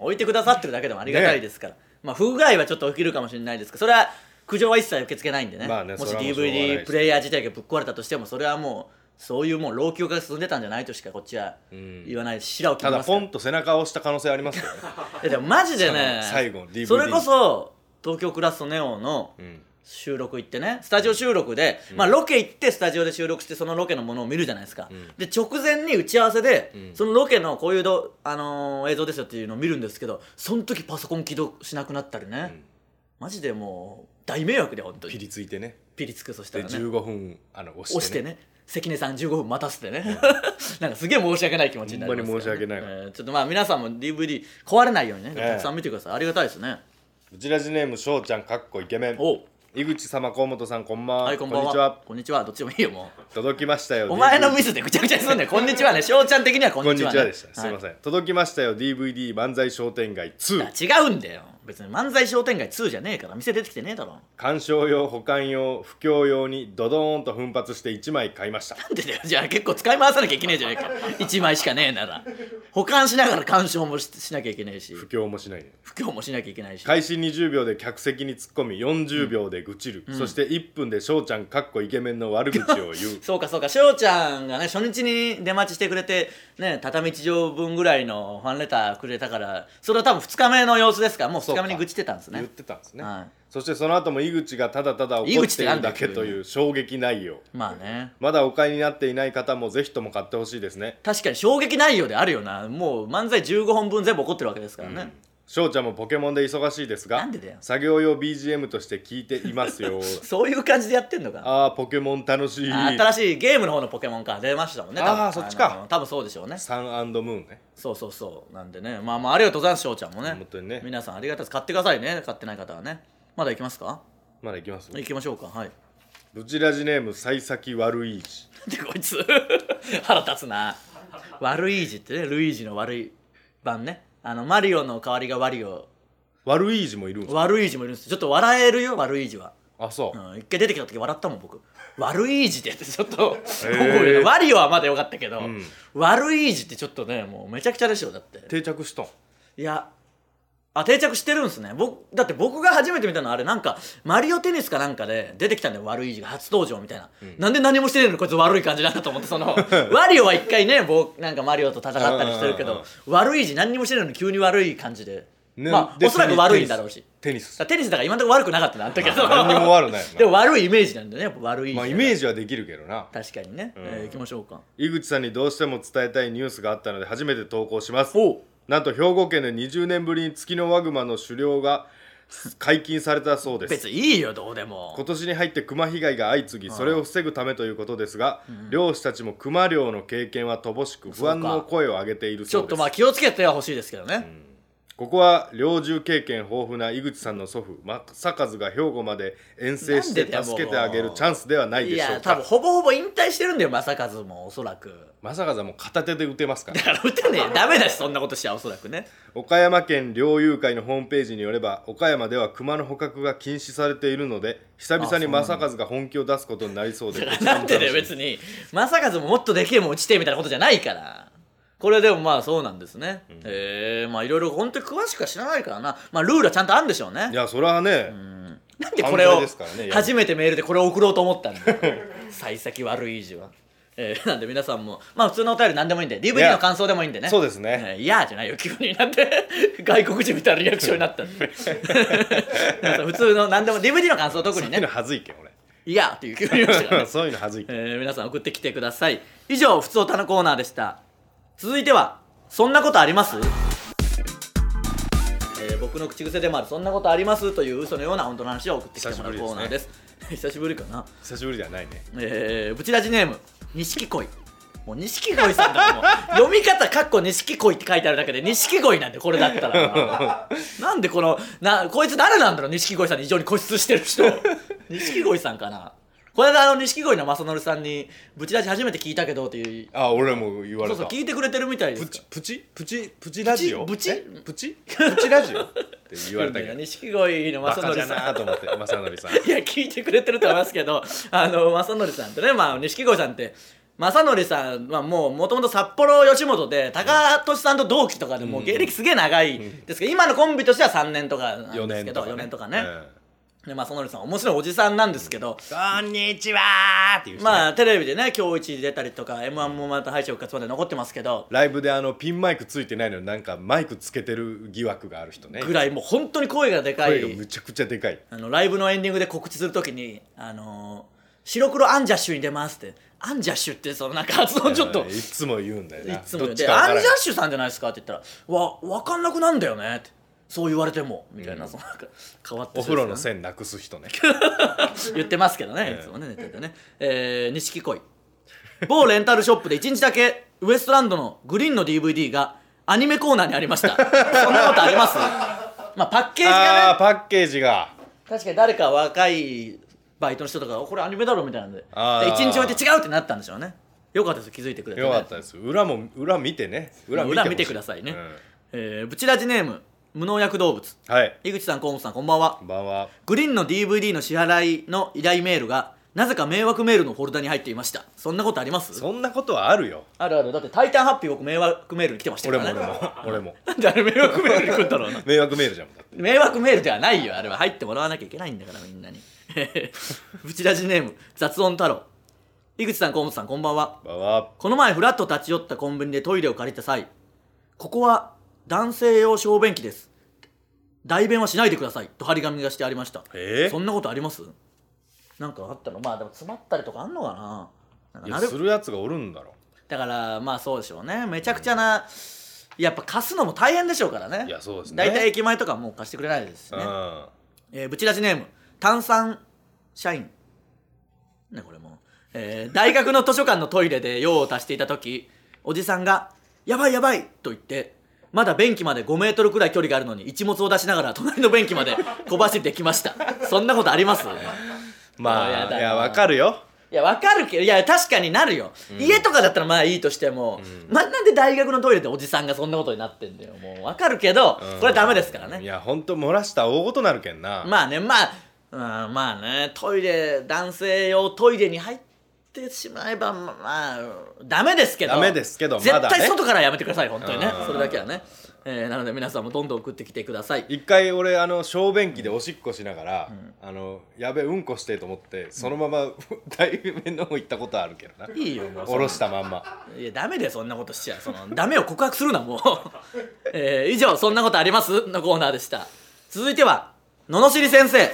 Speaker 1: 置いてくださってるだけでもありがたいですから、まあ不具合はちょっと起きるかもしれないですけどそれは苦情は一切受け付けないんでね,、
Speaker 2: まあね
Speaker 1: もし
Speaker 2: それはもうしょうがないで
Speaker 1: DVD
Speaker 2: す
Speaker 1: プレイヤー自体がぶっ壊れたとしてもそれはもうそういうもう老朽化が進んでたんじゃないとしかこっちは言わないし白を切
Speaker 2: た
Speaker 1: り
Speaker 2: だ
Speaker 1: ますか
Speaker 2: ポ
Speaker 1: ら
Speaker 2: ンと背中を押した可能性ありますよね、
Speaker 1: いやでもマジでね
Speaker 2: その最後の DVD
Speaker 1: それこそ東京クラストネオの
Speaker 2: うん
Speaker 1: 収録行ってねスタジオ収録で、まあ、ロケ行ってスタジオで収録してそのロケのものを見るじゃないですか、
Speaker 2: ん
Speaker 1: で直前に打ち合わせで、
Speaker 2: ん
Speaker 1: そのロケのこういうど、あのー映像ですよっていうのを見るんですけどその時パソコン起動しなくなったりね、
Speaker 2: ん
Speaker 1: マジでもう大迷惑で本当
Speaker 2: ピ
Speaker 1: に
Speaker 2: リついてね
Speaker 1: ピリつくそした
Speaker 2: で
Speaker 1: らね
Speaker 2: 15分あの押してね
Speaker 1: 押してね関根さん15分待たせてね なんかすげえ申し訳ない気持ちになりますから
Speaker 2: ほんまに申し訳ない
Speaker 1: えーちょっとまあ皆さんも DVD 壊れないようにね
Speaker 2: ええ
Speaker 1: たくさん見てくださいありがたいですね
Speaker 2: うちらじネームしょうちゃんかっこイケメン
Speaker 1: おう
Speaker 2: 井井口様河本さんこんばんは、
Speaker 1: はいこんばんは
Speaker 2: にちは
Speaker 1: こんにちはどっちでもいいよも
Speaker 2: 届きましたよ
Speaker 1: うお前の
Speaker 2: DVD
Speaker 1: ミスでぐちゃぐちゃにすんだ よこんにちはね翔ちゃん的にはこん
Speaker 2: こん
Speaker 1: に
Speaker 2: に
Speaker 1: ち
Speaker 2: ち
Speaker 1: は、ね、
Speaker 2: はでした、すい
Speaker 1: は
Speaker 2: ません届きましたよ DVD 漫才商店街2
Speaker 1: いや違うんだよ別に漫才商店街2じゃねえから店出てきてねえだろ
Speaker 2: 鑑賞用保管用布教用にドドーンと奮発して1枚買いました
Speaker 1: なんでだよじゃあ結構使い回さなきゃいけねえじゃねえか1枚しかねえなら保管しながら鑑賞もししなきゃいけないし
Speaker 2: 布教もしないで
Speaker 1: 布教もしなきゃいけないし
Speaker 2: 開始20秒で客席に突っ込み40秒で愚痴る、そして1分で翔ちゃんかっこイケメンの悪口を言う
Speaker 1: そうかそうか翔ちゃんがね初日に出待ちしてくれてね畳1畳分ぐらいのファンレターくれたからそれは多分2日目の様子ですからもう2日目に愚痴ってたんです
Speaker 2: 言っ
Speaker 1: ね
Speaker 2: てたんですね、
Speaker 1: はい
Speaker 2: そしてその後も井口がただただ怒
Speaker 1: 井
Speaker 2: っ
Speaker 1: 口ってて
Speaker 2: い
Speaker 1: なん
Speaker 2: る
Speaker 1: だ
Speaker 2: だけと
Speaker 1: 急
Speaker 2: いう衝撃内容
Speaker 1: まあね
Speaker 2: まだお買いになっていない方もぜひとも買ってほしいですね
Speaker 1: 確かに衝撃内容であるよなもう漫才15本分全部怒ってるわけですからね、
Speaker 2: 翔ちゃんもポケモンで忙しいです
Speaker 1: な
Speaker 2: が
Speaker 1: んでだよ
Speaker 2: 作業用 BGM として聞いていま すよ
Speaker 1: そういう感じでやってんのか
Speaker 2: あーポケモン楽しい
Speaker 1: あ新しいゲームの方のポケモンから出ましたもんね多分
Speaker 2: あーそっちか
Speaker 1: あの多分そうでしょうね
Speaker 2: サンムーンね
Speaker 1: そうそうそうなんでねまあまあありがとうございます翔ちゃんもね
Speaker 2: 本当にね
Speaker 1: 皆さんありがたいです買ってくださいね買ってない方はねまだ行きますか
Speaker 2: まだいきます
Speaker 1: 行きましょうかはい
Speaker 2: ブチラジネーム幸先悪いし
Speaker 1: で こいつ腹立つな悪い字ってねルイージの悪い版ねあのマリオの代わりがワリオ
Speaker 2: 悪い字もいるんですか
Speaker 1: 悪い字もいるんですちょっと笑えるよ悪い字は、
Speaker 2: あそうう、
Speaker 1: ん、一回出てきた時笑ったもん僕悪い字ってって ちょっと、
Speaker 2: ー
Speaker 1: ワリオはまだよかったけど、
Speaker 2: ん
Speaker 1: 悪い字ってちょっとねもうめちゃくちゃでしょだって
Speaker 2: 定着しとん
Speaker 1: いやあ定着してるんですね僕だって僕が初めて見たのはあれなんかマリオテニスかなんかで出てきたんだよ悪い字が初登場みたいな、なんで何もしてねえのにこいつ悪い感じなんだと思ってそ のワリオは一回ね僕なんかマリオと戦ったりしてるけ
Speaker 2: うんうん
Speaker 1: ど
Speaker 2: うん
Speaker 1: 悪い字何にもしてないのに急に悪い感じで、
Speaker 2: ね
Speaker 1: まあ
Speaker 2: で
Speaker 1: おそらく悪いんだろうし
Speaker 2: テニス
Speaker 1: だからテニスだから今のところ悪くなかったなあんだけど
Speaker 2: 何にも悪ないよ な
Speaker 1: でも悪いイメージなんだよねやっぱ悪い字
Speaker 2: まあイメージはできるけどな
Speaker 1: 確かにね、えー行きましょうか
Speaker 2: 井口さんにどうしても伝えたいニュースがあったので初めて投稿します
Speaker 1: おう
Speaker 2: なんと兵庫県で20年ぶりに月のワグマの狩猟が解禁されたそうです
Speaker 1: 別にいいよどうでも
Speaker 2: 今年に入って熊被害が相次ぎそれを防ぐためということですが、漁師たちも熊猟の経験は乏しく不安の声を上げている
Speaker 1: ち
Speaker 2: そ
Speaker 1: ょ
Speaker 2: う
Speaker 1: っ
Speaker 2: で
Speaker 1: と
Speaker 2: す
Speaker 1: まあ気をつけてはほしいですけどね、
Speaker 2: ここは猟銃経験豊富な井口さんの祖父正和が兵庫まで遠征して
Speaker 1: なんでだよ
Speaker 2: 助けてあげるチャンスではない
Speaker 1: い
Speaker 2: でしょ
Speaker 1: や
Speaker 2: う
Speaker 1: 多分
Speaker 2: か
Speaker 1: ほぼほぼ引退してるんだよ正和もおそらく
Speaker 2: 正和はもう片手で撃てますから
Speaker 1: だから打てね えダメだしそんなことしちゃおそらくね
Speaker 2: 岡山県猟友会のホームページによれば岡山では熊の捕獲が禁止されているので久々に正和が本気を出すことになりそうでこちら
Speaker 1: な
Speaker 2: も
Speaker 1: んで
Speaker 2: 楽しみ
Speaker 1: だよ別に正和ももっとできるもん打ちてえみたいなことじゃないからこれでもまあそうなんですね、へえまあいろいろ本当に詳しくは知らないからなまあルールはちゃんとあるんでしょうね
Speaker 2: いやそれはね、
Speaker 1: なんでこれを
Speaker 2: 犯罪ですからねいや
Speaker 1: 初めてメールでこれを送ろうと思ったんだよ 幸先悪い意地は、えーなんで皆さんもまあ普通のお便り何でもいいんで
Speaker 2: い
Speaker 1: DVD
Speaker 2: や
Speaker 1: の感想でもいいんでね
Speaker 2: そうですね
Speaker 1: え ーいやーじゃないよ急になんで 外国人みたいなリアクションにな ったんでなんか普通の何でも DVD の感想特に
Speaker 2: そういう
Speaker 1: ね
Speaker 2: のはずいけん
Speaker 1: いやーっていう急に言いましたから ね、
Speaker 2: 俺 そういうのはずいけん
Speaker 1: えー皆さん送ってきてください以上ふつおたのコーナーでした続いてはそんなことありますえー僕の口癖でもあるそんなことありますという嘘のような本当の話を送ってきてもらうコーナーです 久しぶりかな
Speaker 2: 久しぶりではないね
Speaker 1: えー、ブチラジネーム錦鯉もう錦鯉さんだもう 読み方かっこ錦鯉って書いてあるだけで錦鯉なんでこれだった らなんでこのなこいつ誰なんだろう錦鯉さんに異常に固執してる人錦鯉さんかなこの間あの錦鯉の正則さんに「ブチラジ初めて聞いたけど」っていう
Speaker 2: あ俺も言わ
Speaker 1: そ
Speaker 2: れ
Speaker 1: う
Speaker 2: た
Speaker 1: そう聞いてくれてるみたいで
Speaker 2: プ
Speaker 1: す
Speaker 2: チプチプチプチラジオ
Speaker 1: プチ
Speaker 2: えプチプチラジオって言わ れたけど
Speaker 1: 錦鯉の
Speaker 2: バ
Speaker 1: 正
Speaker 2: カじ
Speaker 1: 則
Speaker 2: ゃな
Speaker 1: さん
Speaker 2: ーと思って正則さん
Speaker 1: いや聞いてくれてると思いますけどあの正則さんとねまあ錦鯉さんって正則さんはもうもともと札幌吉本で高俊さんと同期とかでもう芸歴すげえ長いですけど、今のコンビとしては3年とかな
Speaker 2: 4
Speaker 1: んです
Speaker 2: 年
Speaker 1: け
Speaker 2: と
Speaker 1: ど
Speaker 2: か
Speaker 1: 4年とかね。で正則さん面白いおじさんなんですけど、
Speaker 2: うんこんにちはーっていう人ね
Speaker 1: まあテレビでね今日一出たりとか m 1もまた敗者復活まで残ってますけど
Speaker 2: ライブであのピンマイクついてないのになんかマイクつけてる疑惑がある人ね
Speaker 1: ぐらいもう本当に声がでか
Speaker 2: 声が
Speaker 1: い
Speaker 2: むちゃくちゃでかい
Speaker 1: あのライブのエンディングで告知するときに「あの白黒アンジャッシュに出ます」って「アンジャッシュ」ってそのなんか発音ちょっと
Speaker 2: いつも言うんだよない
Speaker 1: つも
Speaker 2: どっ
Speaker 1: で
Speaker 2: ち
Speaker 1: 「ア
Speaker 2: か
Speaker 1: ン
Speaker 2: 分
Speaker 1: ジャ
Speaker 2: か
Speaker 1: ッ
Speaker 2: らん
Speaker 1: シュさんじゃないですか?」って言ったら「わ分かんなくなんだよね」ってそう言われてもみたいな、そのなんか変わって
Speaker 2: お風呂の線なくす人 ね
Speaker 1: 言ってますけどねいつもねネタでねえー錦鯉某レンタルショップで1日だけウエストランドのグリーンの DVD がアニメコーナーにありましたそんなことありますまあパッケージが
Speaker 2: あ
Speaker 1: ね
Speaker 2: ーパッケージが
Speaker 1: 確かに誰か若いバイトの人とかこれアニメだろみたいなんでで
Speaker 2: あー
Speaker 1: 1日置いて違うってなったんでしょうねよかったです気づいてくれて、ね、
Speaker 2: よかったです裏も裏見てね裏見て
Speaker 1: 裏
Speaker 2: ほし
Speaker 1: 見てくださいね
Speaker 2: うん
Speaker 1: えーブチラジネーム無農薬動物
Speaker 2: はい
Speaker 1: 井口さん河本さんこんばんは
Speaker 2: こんばんは
Speaker 1: グリーンの DVD の支払いの依頼メールがなぜか迷惑メールのフォルダに入っていましたそんなことあります
Speaker 2: そんなことはあるよ
Speaker 1: あるあるだって「タイタンハッピー」僕迷惑メールに来てました
Speaker 2: 俺
Speaker 1: か
Speaker 2: も
Speaker 1: ら
Speaker 2: 俺
Speaker 1: ね
Speaker 2: も俺も
Speaker 1: なんであれ迷惑メールに来んだろうな
Speaker 2: 迷惑メールじゃん
Speaker 1: 迷惑メールではないよあれは入ってもらわなきゃいけないんだからみんなにブチラジネーム雑音太郎井口さん河本さんこんばんは
Speaker 2: こんばんは
Speaker 1: この前フラッと立ち寄ったコンビニでトイレを借りた際ここは男性用小便器です代弁はしないでくださいと張り紙がしてありました
Speaker 2: え
Speaker 1: そんなことありますなんかあったのまあでも詰まったりとかあんのかななんか
Speaker 2: い
Speaker 1: な
Speaker 2: や
Speaker 1: る
Speaker 2: するやつがおるんだろ
Speaker 1: だからまあそうでしょうねめちゃくちゃなやっぱ貸すのも大変でしょうからね
Speaker 2: いやそうですね
Speaker 1: 大体駅前とかもう貸してくれないですしね
Speaker 2: うん
Speaker 1: えー、ブチラジネーム炭酸社員ねこれも、えー大学の図書館のトイレで用を足していた時おじさんが「やばいやばい!」と言ってまだ便器まで5メートルくらい距離があるのに一物を出しながら隣の便器まで小走ってきましたそんなことあります
Speaker 2: ま
Speaker 1: やだ
Speaker 2: あ
Speaker 1: ない
Speaker 2: やわかるよ
Speaker 1: いやわかるけどいや確かになるよ、家とかだったらまあいいとしても、まあなんで大学のトイレでおじさんがそんなことになってんだよもうわかるけど、
Speaker 2: うん
Speaker 1: これはダメですからね
Speaker 2: いやほんと漏らしたら大ごとなるけんな
Speaker 1: まあねまあ、うん、まあねトイレ男性用トイレに入ってしまえばまあダメですけど
Speaker 2: ダメですけど
Speaker 1: 絶
Speaker 2: まだね
Speaker 1: 対外からやめてください本当にね
Speaker 2: うん
Speaker 1: それだけはね、えーなので皆さんもどんどん送ってきてください
Speaker 2: 一回俺あの小便器でおしっこしながら、あのやべうんこしてと思ってそのまま 対面の方行ったことあるけどない
Speaker 1: いよもうそんな
Speaker 2: おろしたまんま
Speaker 1: いやダメだよそんなことしちゃそのダメを告白するなもう、えー以上「そんなことあります?」のコーナーでした続いては罵り先生え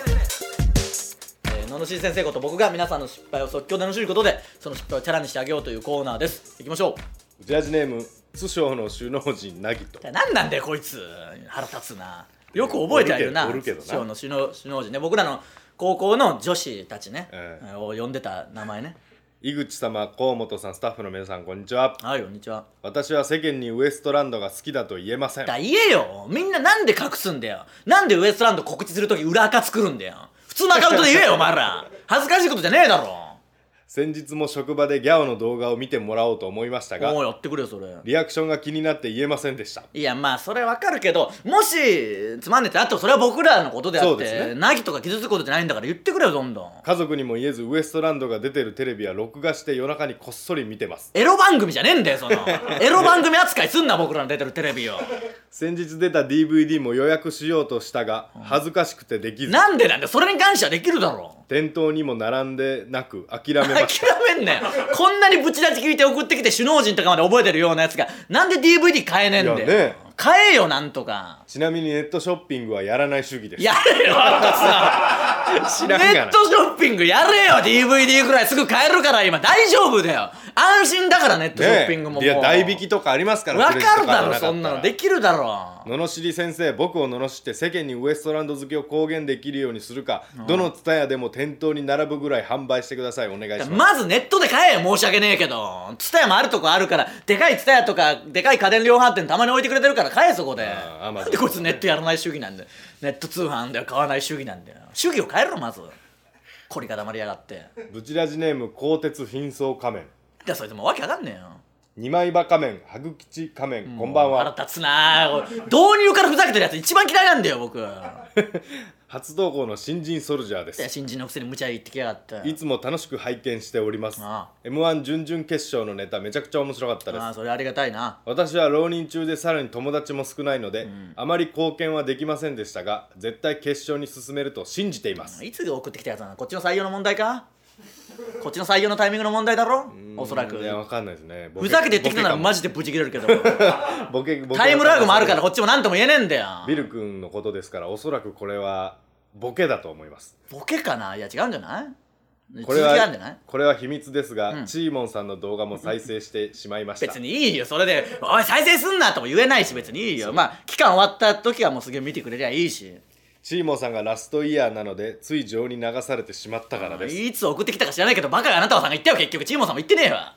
Speaker 1: ー罵り先生こと僕が皆さんの失敗を即興で罵ることでその失敗をチャラにしてあげようというコーナーですいきましょう
Speaker 2: ジャージネーム師匠の首脳陣なぎと
Speaker 1: だから何なんだよこいつ腹立つなよく覚えてはいるな
Speaker 2: おるけどおるけど
Speaker 1: 塩の
Speaker 2: な
Speaker 1: 首脳首脳陣ね僕らの高校の女子たちね、
Speaker 2: ええ
Speaker 1: を呼んでた名前ね
Speaker 2: 井口様河本さんスタッフの皆さんこんにちは
Speaker 1: はいこんにちは
Speaker 2: 私は世間にウエストランドが好きだと言えません
Speaker 1: だ言えよみんななんで隠すんだよなんでウエストランド告知するとき裏垢作るんだよ普通のアカウントで言 えよお前ら恥ずかしいことじゃねえだろ
Speaker 2: 先日も職場でギャオの動画を見てもらおうと思いました
Speaker 1: も
Speaker 2: が
Speaker 1: うやってくれよそれ
Speaker 2: リアクションが気になって言えませんでした
Speaker 1: いやまあそれわかるけどもしつまんねえってあってもそれは僕らのことであ
Speaker 2: そ
Speaker 1: っ
Speaker 2: うです
Speaker 1: て
Speaker 2: ね
Speaker 1: 凪、とか傷つくことじゃないんだから言ってくれよどんどん
Speaker 2: 家族にも言えずウエストランドが出てるテレビは録画して夜中にこっそり見てます
Speaker 1: エロ番組じゃねえんだよその エロ番組扱いすんな僕らの出てるテレビを
Speaker 2: 先日出た DVD も予約しようとしたが恥ずかしくてできず
Speaker 1: なんでなんだよそれに感謝できるだろ
Speaker 2: 店頭にも並んでなく諦め
Speaker 1: 諦
Speaker 2: まし
Speaker 1: めんなよ こんなにブチラチ聞いて送ってきて首脳陣とかまで覚えてるようなやつがなんで DVD 買えねえんだよ
Speaker 2: いやね
Speaker 1: 買えよなんとか
Speaker 2: たちなみにネットショッピングはやらない主義です
Speaker 1: やれよあんたさ
Speaker 2: 知らんがな
Speaker 1: ネットショッピングやれよ DVD くらいすぐ買えるから今大丈夫だよ安心だからネットショッピングももう
Speaker 2: ねえいや代引きとかありますから
Speaker 1: わ
Speaker 2: クレジッ
Speaker 1: か
Speaker 2: ト
Speaker 1: るだ
Speaker 2: カード
Speaker 1: ろ
Speaker 2: かった
Speaker 1: そ
Speaker 2: ら
Speaker 1: んなのできるだろ
Speaker 2: 罵り先生僕を罵って世間にウエストランド好きを公言できるようにするか、どの蔦屋でも店頭に並ぶぐらい販売してくださいお願いします、
Speaker 1: まずネットで買えよ申し訳ねえけどツタヤもあるとこあるからでかいツタヤとかでかい家電量販店たまに置いてくれてるから買えそこで
Speaker 2: あー Amazon
Speaker 1: なんでこいつネットやらない主義なんだよネット通販では買わない主義なんだよ主義を変えろまず凝り固まりやがって
Speaker 2: ブチラジネーム鋼鉄貧相仮面
Speaker 1: じゃそいつもうわけわかんねえよ
Speaker 2: 二枚刃仮面ハグ吉仮面こんばんは
Speaker 1: 腹立つなあ導入からふざけてるやつ一番嫌いなんだよ僕いや
Speaker 2: 初投稿の新人ソルジャーです
Speaker 1: 新人のくせに無茶言ってきやがって
Speaker 2: いつも楽しく拝見しております
Speaker 1: あ
Speaker 2: m 1準々決勝のネタめちゃくちゃ面白かったです
Speaker 1: ああそれありがたいな
Speaker 2: 私は浪人中でさらに友達も少ないので、あまり貢献はできませんでしたが絶対決勝に進めると信じています
Speaker 1: いつ送ってきたやつなのこっちの採用の問題かこっちの採用のタイミングの問題だろおそらく
Speaker 2: いやわかんないですねボケ
Speaker 1: ふざけて言ってきたなら
Speaker 2: ボケかも
Speaker 1: マジでブチ切れるけど
Speaker 2: ボケボケ
Speaker 1: タイムラグもあるからこっちも何とも言えねえんだよ
Speaker 2: ビル君のことですからおそらくこれはボケだと思います
Speaker 1: ボケかないや違うんじゃない
Speaker 2: これ
Speaker 1: 続きあるんじゃな
Speaker 2: はいこれは秘密ですが、チーモンさんの動画も再生してしまいました
Speaker 1: 別にいいよそれで「おい再生すんな」とも言えないし別にいいよまあ期間終わった時はもうすげえ見てくれりゃいいし
Speaker 2: チーモンさんがラストイヤーなのでつい情に流されてしまったからです
Speaker 1: いつ送ってきたか知らないけどバカがあなたはさんが言ったよ結局チーモンさんも言ってねえわ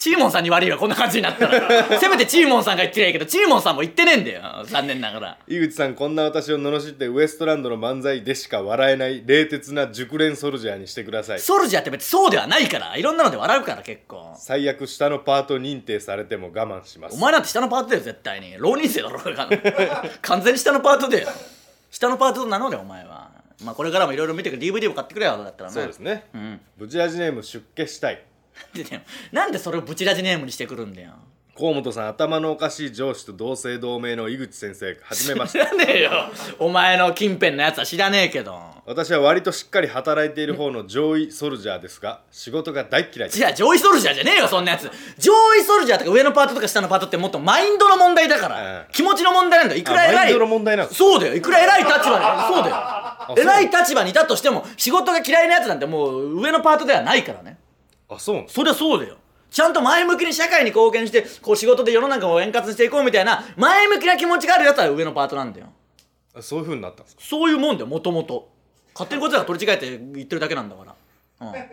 Speaker 1: チーモンさんに悪いわこんな感じになった らせめてチーモンさんが言ってりゃいいけどチーモンさんも言ってねえんだよ残念ながら
Speaker 2: 井口さんこんな私を罵ってウエストランドの漫才でしか笑えない冷徹な熟練ソルジャーにしてください
Speaker 1: ソルジャーって別にそうではないからいろんなので笑うから結構
Speaker 2: 最悪下のパート認定されても我慢しま
Speaker 1: お
Speaker 2: す
Speaker 1: 前なんて下のパートだよ絶対に浪人生だろうが完全に下のパートだよ下のパートなのでお前はまあこれからもいろいろ見てくれ DVD も買ってくれよだったらね
Speaker 2: そうですね、
Speaker 1: うん
Speaker 2: ブチラジネーム出家したい
Speaker 1: ででもなんでそれをブチラジネームにしてくるんだよ
Speaker 2: 河本さん頭のおかしい上司と同姓同名の井口先生はじめま
Speaker 1: 知
Speaker 2: し て
Speaker 1: らねえよお前の近辺のやつは知らねえけど
Speaker 2: 私は割としっかり働いている方の上位ソルジャーですが仕事が大嫌いです
Speaker 1: じゃあ上位ソルジャーじゃねえよそんなやつ上位ソルジャーとか上のパートとか下のパートってもっとマインドの問題だから、
Speaker 2: うん
Speaker 1: 気持ちの問題なんだよいくら
Speaker 2: あ
Speaker 1: 偉
Speaker 2: マイン
Speaker 1: い
Speaker 2: ドの問題なんです
Speaker 1: そうだよいくら偉い立場にそうだ
Speaker 2: そ
Speaker 1: よ
Speaker 2: う
Speaker 1: 偉い立場にいたとしても仕事が嫌いなやつなんてもう上のパートではないからね
Speaker 2: あそうなんです
Speaker 1: そりゃそうだよちゃんと前向きに社会に貢献してこう仕事で世の中を円滑にしていこうみたいな前向きな気持ちがあるやつは上のパートなんだよ
Speaker 2: あそういう風になったんですか
Speaker 1: そういうもんだよもともと勝手にこっちらが取り違えて言ってるだけなんだから、うん、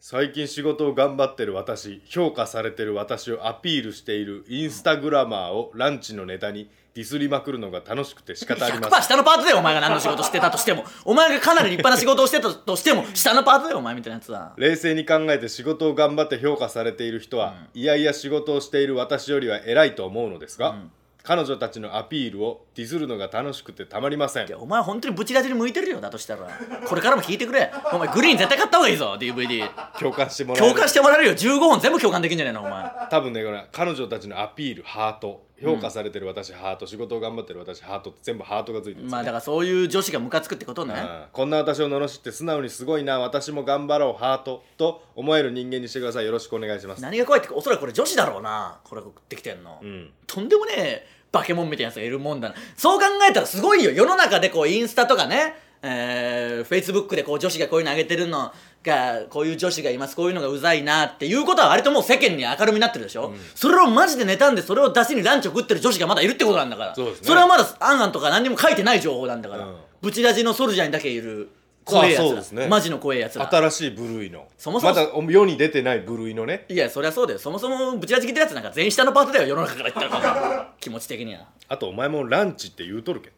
Speaker 2: 最近仕事を頑張ってる私評価されてる私をアピールしているインスタグラマーをランチのネタにディスりまくるのが楽しくて仕方ありま
Speaker 1: 100%
Speaker 2: せん
Speaker 1: 下のパートだよお前が何の仕事してたとしてもお前がかなり立派な仕事をしてたとしても下のパートだよお前みたいなやつは
Speaker 2: 冷静に考えて仕事を頑張って評価されている人は、いやいや仕事をしている私よりは偉いと思うのですが、彼女たちのアピールをディスるのが楽しくてたまりません
Speaker 1: いやお前本当にブチラジに向いてるよだとしたらこれからも聞いてくれお前グリーン絶対買った方がいいぞ DVD
Speaker 2: 共感してもらえ
Speaker 1: 共
Speaker 2: る
Speaker 1: 感してもらえるよ15本全部共感できんじゃないのお 前
Speaker 2: 多分ねこれ彼女たちのアピールハート評価されてる私、ハート仕事を頑張ってる私ハートって全部ハートがついてるんですよ
Speaker 1: まあだからそういう女子がムカつくってことね
Speaker 2: うんこんな私を罵って素直にすごいな私も頑張ろうハートと思える人間にしてくださいよろしくお願いします
Speaker 1: 何が怖いっておそらくこれ女子だろうなこれ送ってきてんの、
Speaker 2: うん
Speaker 1: とんでもねえバケモンみたいなやつがいるもんだなそう考えたらすごいよ世の中でこうインスタとかねえー、フェイスブックでこう女子がこういうの上げてるのがこういう女子がいますこういうのがうざいなっていうことは割ともう世間に明るみになってるでしょ、それをマジで妬んでそれを出しにランチを食ってる女子がまだいるってことなんだから
Speaker 2: そうですね
Speaker 1: れはまだアンアンとか何にも書いてない情報なんだから、
Speaker 2: うん
Speaker 1: ブチラジのソルジャーにだけいる怖えやつ
Speaker 2: あ
Speaker 1: ら
Speaker 2: そうですね
Speaker 1: マジの怖えやつら
Speaker 2: 新しい部類の
Speaker 1: そもそも
Speaker 2: まだ世に出てない部類のね
Speaker 1: いやそりゃそうだよそもそもブチラジ聞いてるやつなんか全員下のパートだよ世の中から言った ら気持ち的には
Speaker 2: あとお前もランチって言うとるけんな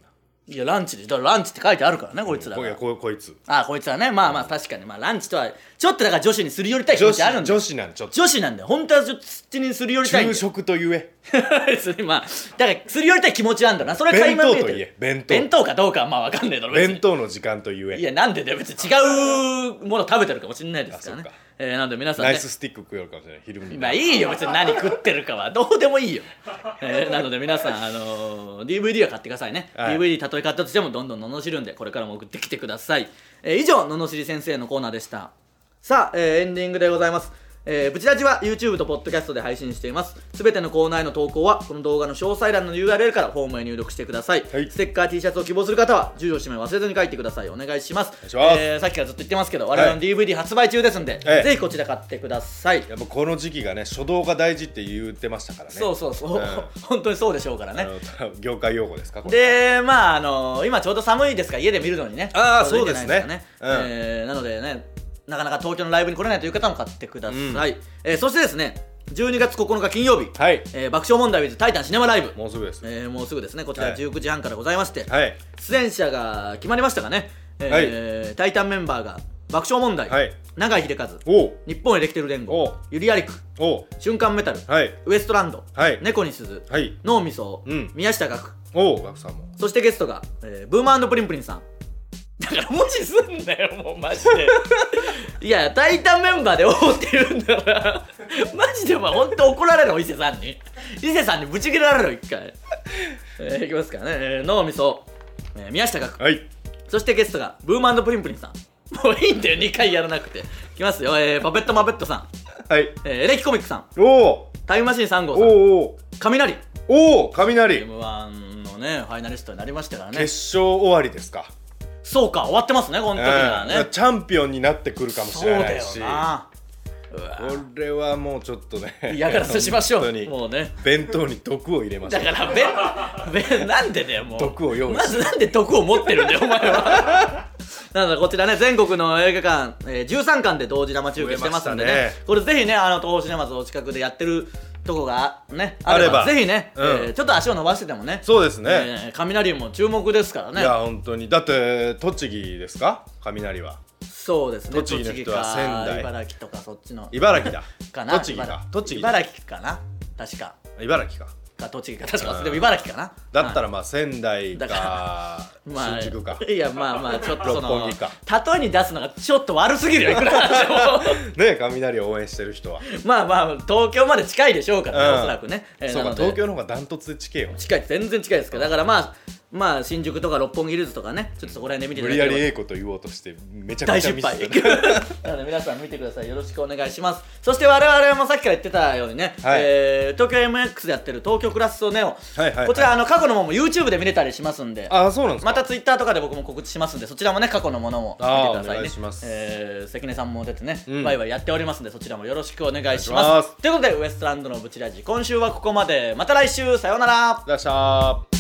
Speaker 2: い
Speaker 1: やランチでだからランチって書いてあるからねこいつら
Speaker 2: こいや
Speaker 1: が
Speaker 2: ここいつ
Speaker 1: あこいつらねまあまあ確かにまあランチとはちょっとだから女子にすり寄りたい気
Speaker 2: 女
Speaker 1: 持ちある
Speaker 2: 子
Speaker 1: んだよ
Speaker 2: 女子なんちょっと
Speaker 1: 女子なんだよ本当はちょっと土にすり寄りたいん
Speaker 2: 昼
Speaker 1: だよ
Speaker 2: 食とゆえ
Speaker 1: それまあだからすり寄りたい気持ちなんだなそれは
Speaker 2: 弁当と
Speaker 1: て
Speaker 2: 言え弁当
Speaker 1: 弁当かどうかはまあわかんねえだろ別に
Speaker 2: 弁当の時間とゆ
Speaker 1: い
Speaker 2: え
Speaker 1: やなんでだよ別に違うもの食べてるかもしれないですからね
Speaker 2: あそうか
Speaker 1: えー、なんで皆さん
Speaker 2: ナ
Speaker 1: ね
Speaker 2: イススティック食うよるかもしれない昼に
Speaker 1: まあいいよ別に何食ってるか はどうでもいいよ、えーなので皆さん、あのー DVD は買ってくださいね、
Speaker 2: はい
Speaker 1: DVD たとえ買ったとしてもどんどん罵るんでこれからも送ってきてください、えー以上罵り先生のコーナーでしたさあ、えーエンディングでございますえー、ブチラジは YouTube と Podcast で配信していますすべてのコーナーへの投稿はこの動画の詳細欄の URL からフォームへ入力してください、
Speaker 2: はい
Speaker 1: ステッカー T シャツを希望する方は住所氏名忘れずに書いてくださいお願いします
Speaker 2: 願いします
Speaker 1: えーさっきからずっと言ってますけど我々の DVD 発売中ですんで、
Speaker 2: ええ
Speaker 1: ぜひこちら買ってください
Speaker 2: やっぱこの時期がね初動が大事って言ってましたからね
Speaker 1: そうそうそう、
Speaker 2: うん
Speaker 1: 本当にそうでしょうから
Speaker 2: あ
Speaker 1: ね
Speaker 2: の業界用語ですかこれ
Speaker 1: でまああの今ちょうど寒いですから家で見るのにね
Speaker 2: あー
Speaker 1: ちょどいいんじゃない
Speaker 2: そうですね
Speaker 1: かえーなのでねなかなか東京のライブに来れないという方も買ってください、えーそしてですね12月9日金曜日、
Speaker 2: はい
Speaker 1: えー爆笑問題 with タイタンシネマライブ
Speaker 2: もうすぐです
Speaker 1: えーもうすぐですねこちら
Speaker 2: はい
Speaker 1: 19時半からございまして、
Speaker 2: はい
Speaker 1: 出演者が決まりましたかね、えータイタンメンバーが爆笑問題、
Speaker 2: はい
Speaker 1: 永井秀和
Speaker 2: おう
Speaker 1: 日本エレキテル連合
Speaker 2: お
Speaker 1: ゆりやりく
Speaker 2: おう
Speaker 1: 瞬間メタル、
Speaker 2: はい
Speaker 1: ウエストランド、
Speaker 2: はい
Speaker 1: 猫に鈴、
Speaker 2: はい
Speaker 1: 脳みそ、
Speaker 2: うん
Speaker 1: 宮下岳
Speaker 2: おお学さんも
Speaker 1: そしてゲストが、えーブーマンプリンプリンさんだから無視すんなよもうマジで いやタイタンメンバーでおうって言うんだから マジでお前ほんと怒られろ伊勢さんに伊勢さんにぶち切れられろ一回、えーいきますからね、えー脳みそ、えー宮下岳
Speaker 2: はい
Speaker 1: そしてゲストがブーマンプリンプリンさんもういいんだよ2回やらなくていきますよ、えー、パペットマペットさん、
Speaker 2: はい
Speaker 1: えーエレキコミックさん
Speaker 2: おお
Speaker 1: タイムマシーン3号
Speaker 2: お
Speaker 1: さん
Speaker 2: お
Speaker 1: 雷
Speaker 2: おお雷
Speaker 1: m 1のねファイナリストになりましたからね
Speaker 2: 決勝終わりですか
Speaker 1: そうか終わってますねこの時には
Speaker 2: う
Speaker 1: ね
Speaker 2: んチャンピオンになってくるかもし
Speaker 1: そう
Speaker 2: れな
Speaker 1: だ
Speaker 2: い
Speaker 1: よ
Speaker 2: し
Speaker 1: な
Speaker 2: これはもうちょっとね
Speaker 1: 嫌がらせしましょ
Speaker 2: 本
Speaker 1: う
Speaker 2: 当に
Speaker 1: もうね
Speaker 2: 弁当に毒を入れまし
Speaker 1: だ
Speaker 2: た
Speaker 1: からべんべんなんでだよもう
Speaker 2: 毒を用意し
Speaker 1: まずなんで毒を持ってるんだよお前は なのでこちらね全国の映画館、えー13巻で同時生中継してますんでね
Speaker 2: 増えましたね
Speaker 1: これぜひねあの東宝シネマズお近くでやってるとこがねあ
Speaker 2: あ
Speaker 1: れ
Speaker 2: れ
Speaker 1: ば
Speaker 2: ば
Speaker 1: ぜひね、
Speaker 2: うん
Speaker 1: えーちょっと足を伸ばしてでもね
Speaker 2: そうですね、
Speaker 1: えー雷も注目ですからね
Speaker 2: いや本当にだって栃木ですか雷は
Speaker 1: そうですね
Speaker 2: 栃木の人は
Speaker 1: 栃木か
Speaker 2: 仙台
Speaker 1: 茨城とかそっちの
Speaker 2: 茨城だ
Speaker 1: かな
Speaker 2: 栃木
Speaker 1: 茨
Speaker 2: か栃木だ
Speaker 1: 茨城かな確か
Speaker 2: 茨城か
Speaker 1: か栃木か確か
Speaker 2: うん
Speaker 1: でも茨城かな
Speaker 2: だった
Speaker 1: ら
Speaker 2: らまあ仙台
Speaker 1: だ
Speaker 2: か新 宿か
Speaker 1: いやまあまあちょっとそ
Speaker 2: 六
Speaker 1: の
Speaker 2: 本木か
Speaker 1: 例えに出すのがちょっと悪すぎるよいくらなんでも
Speaker 2: ね雷を応援してる人は
Speaker 1: まあまあ東京まで近いでしょうからね、
Speaker 2: うん
Speaker 1: おそらくね、えー
Speaker 2: そう
Speaker 1: な
Speaker 2: か
Speaker 1: ので
Speaker 2: 東京の方がダントツで地形よ
Speaker 1: 近い全然近いですからだからまあまあ新宿とか六本木ヒルズとかねちょっとそこら辺で見
Speaker 2: 無
Speaker 1: てい
Speaker 2: 理
Speaker 1: た
Speaker 2: や
Speaker 1: だけ
Speaker 2: り
Speaker 1: れば
Speaker 2: 英子と言おうとしてめちゃ
Speaker 1: 大
Speaker 2: くち
Speaker 1: 失
Speaker 2: ゃミス
Speaker 1: 敗
Speaker 2: だね
Speaker 1: なので皆さん見てくださいよろしくお願いしますそして我々もさっきから言ってたようにね、
Speaker 2: はい
Speaker 1: えー東京 MX でやってる東京クラスオネオ、
Speaker 2: はいはい
Speaker 1: こちらあの過去のものも YouTube で見れたりしますんで
Speaker 2: あそうなんですか
Speaker 1: またツイッターとかで僕も告知しますんでそちらもね過去のものも見てくださいね
Speaker 2: あーお願いします
Speaker 1: えー関根さんも出てね、
Speaker 2: うん
Speaker 1: ワイワイやっておりますんでそちらもよろしくお願いし
Speaker 2: お願
Speaker 1: ま
Speaker 2: いします
Speaker 1: すということでウエストランドのブチラジ今週はここまでまた来週さようなら
Speaker 2: いらっしゃー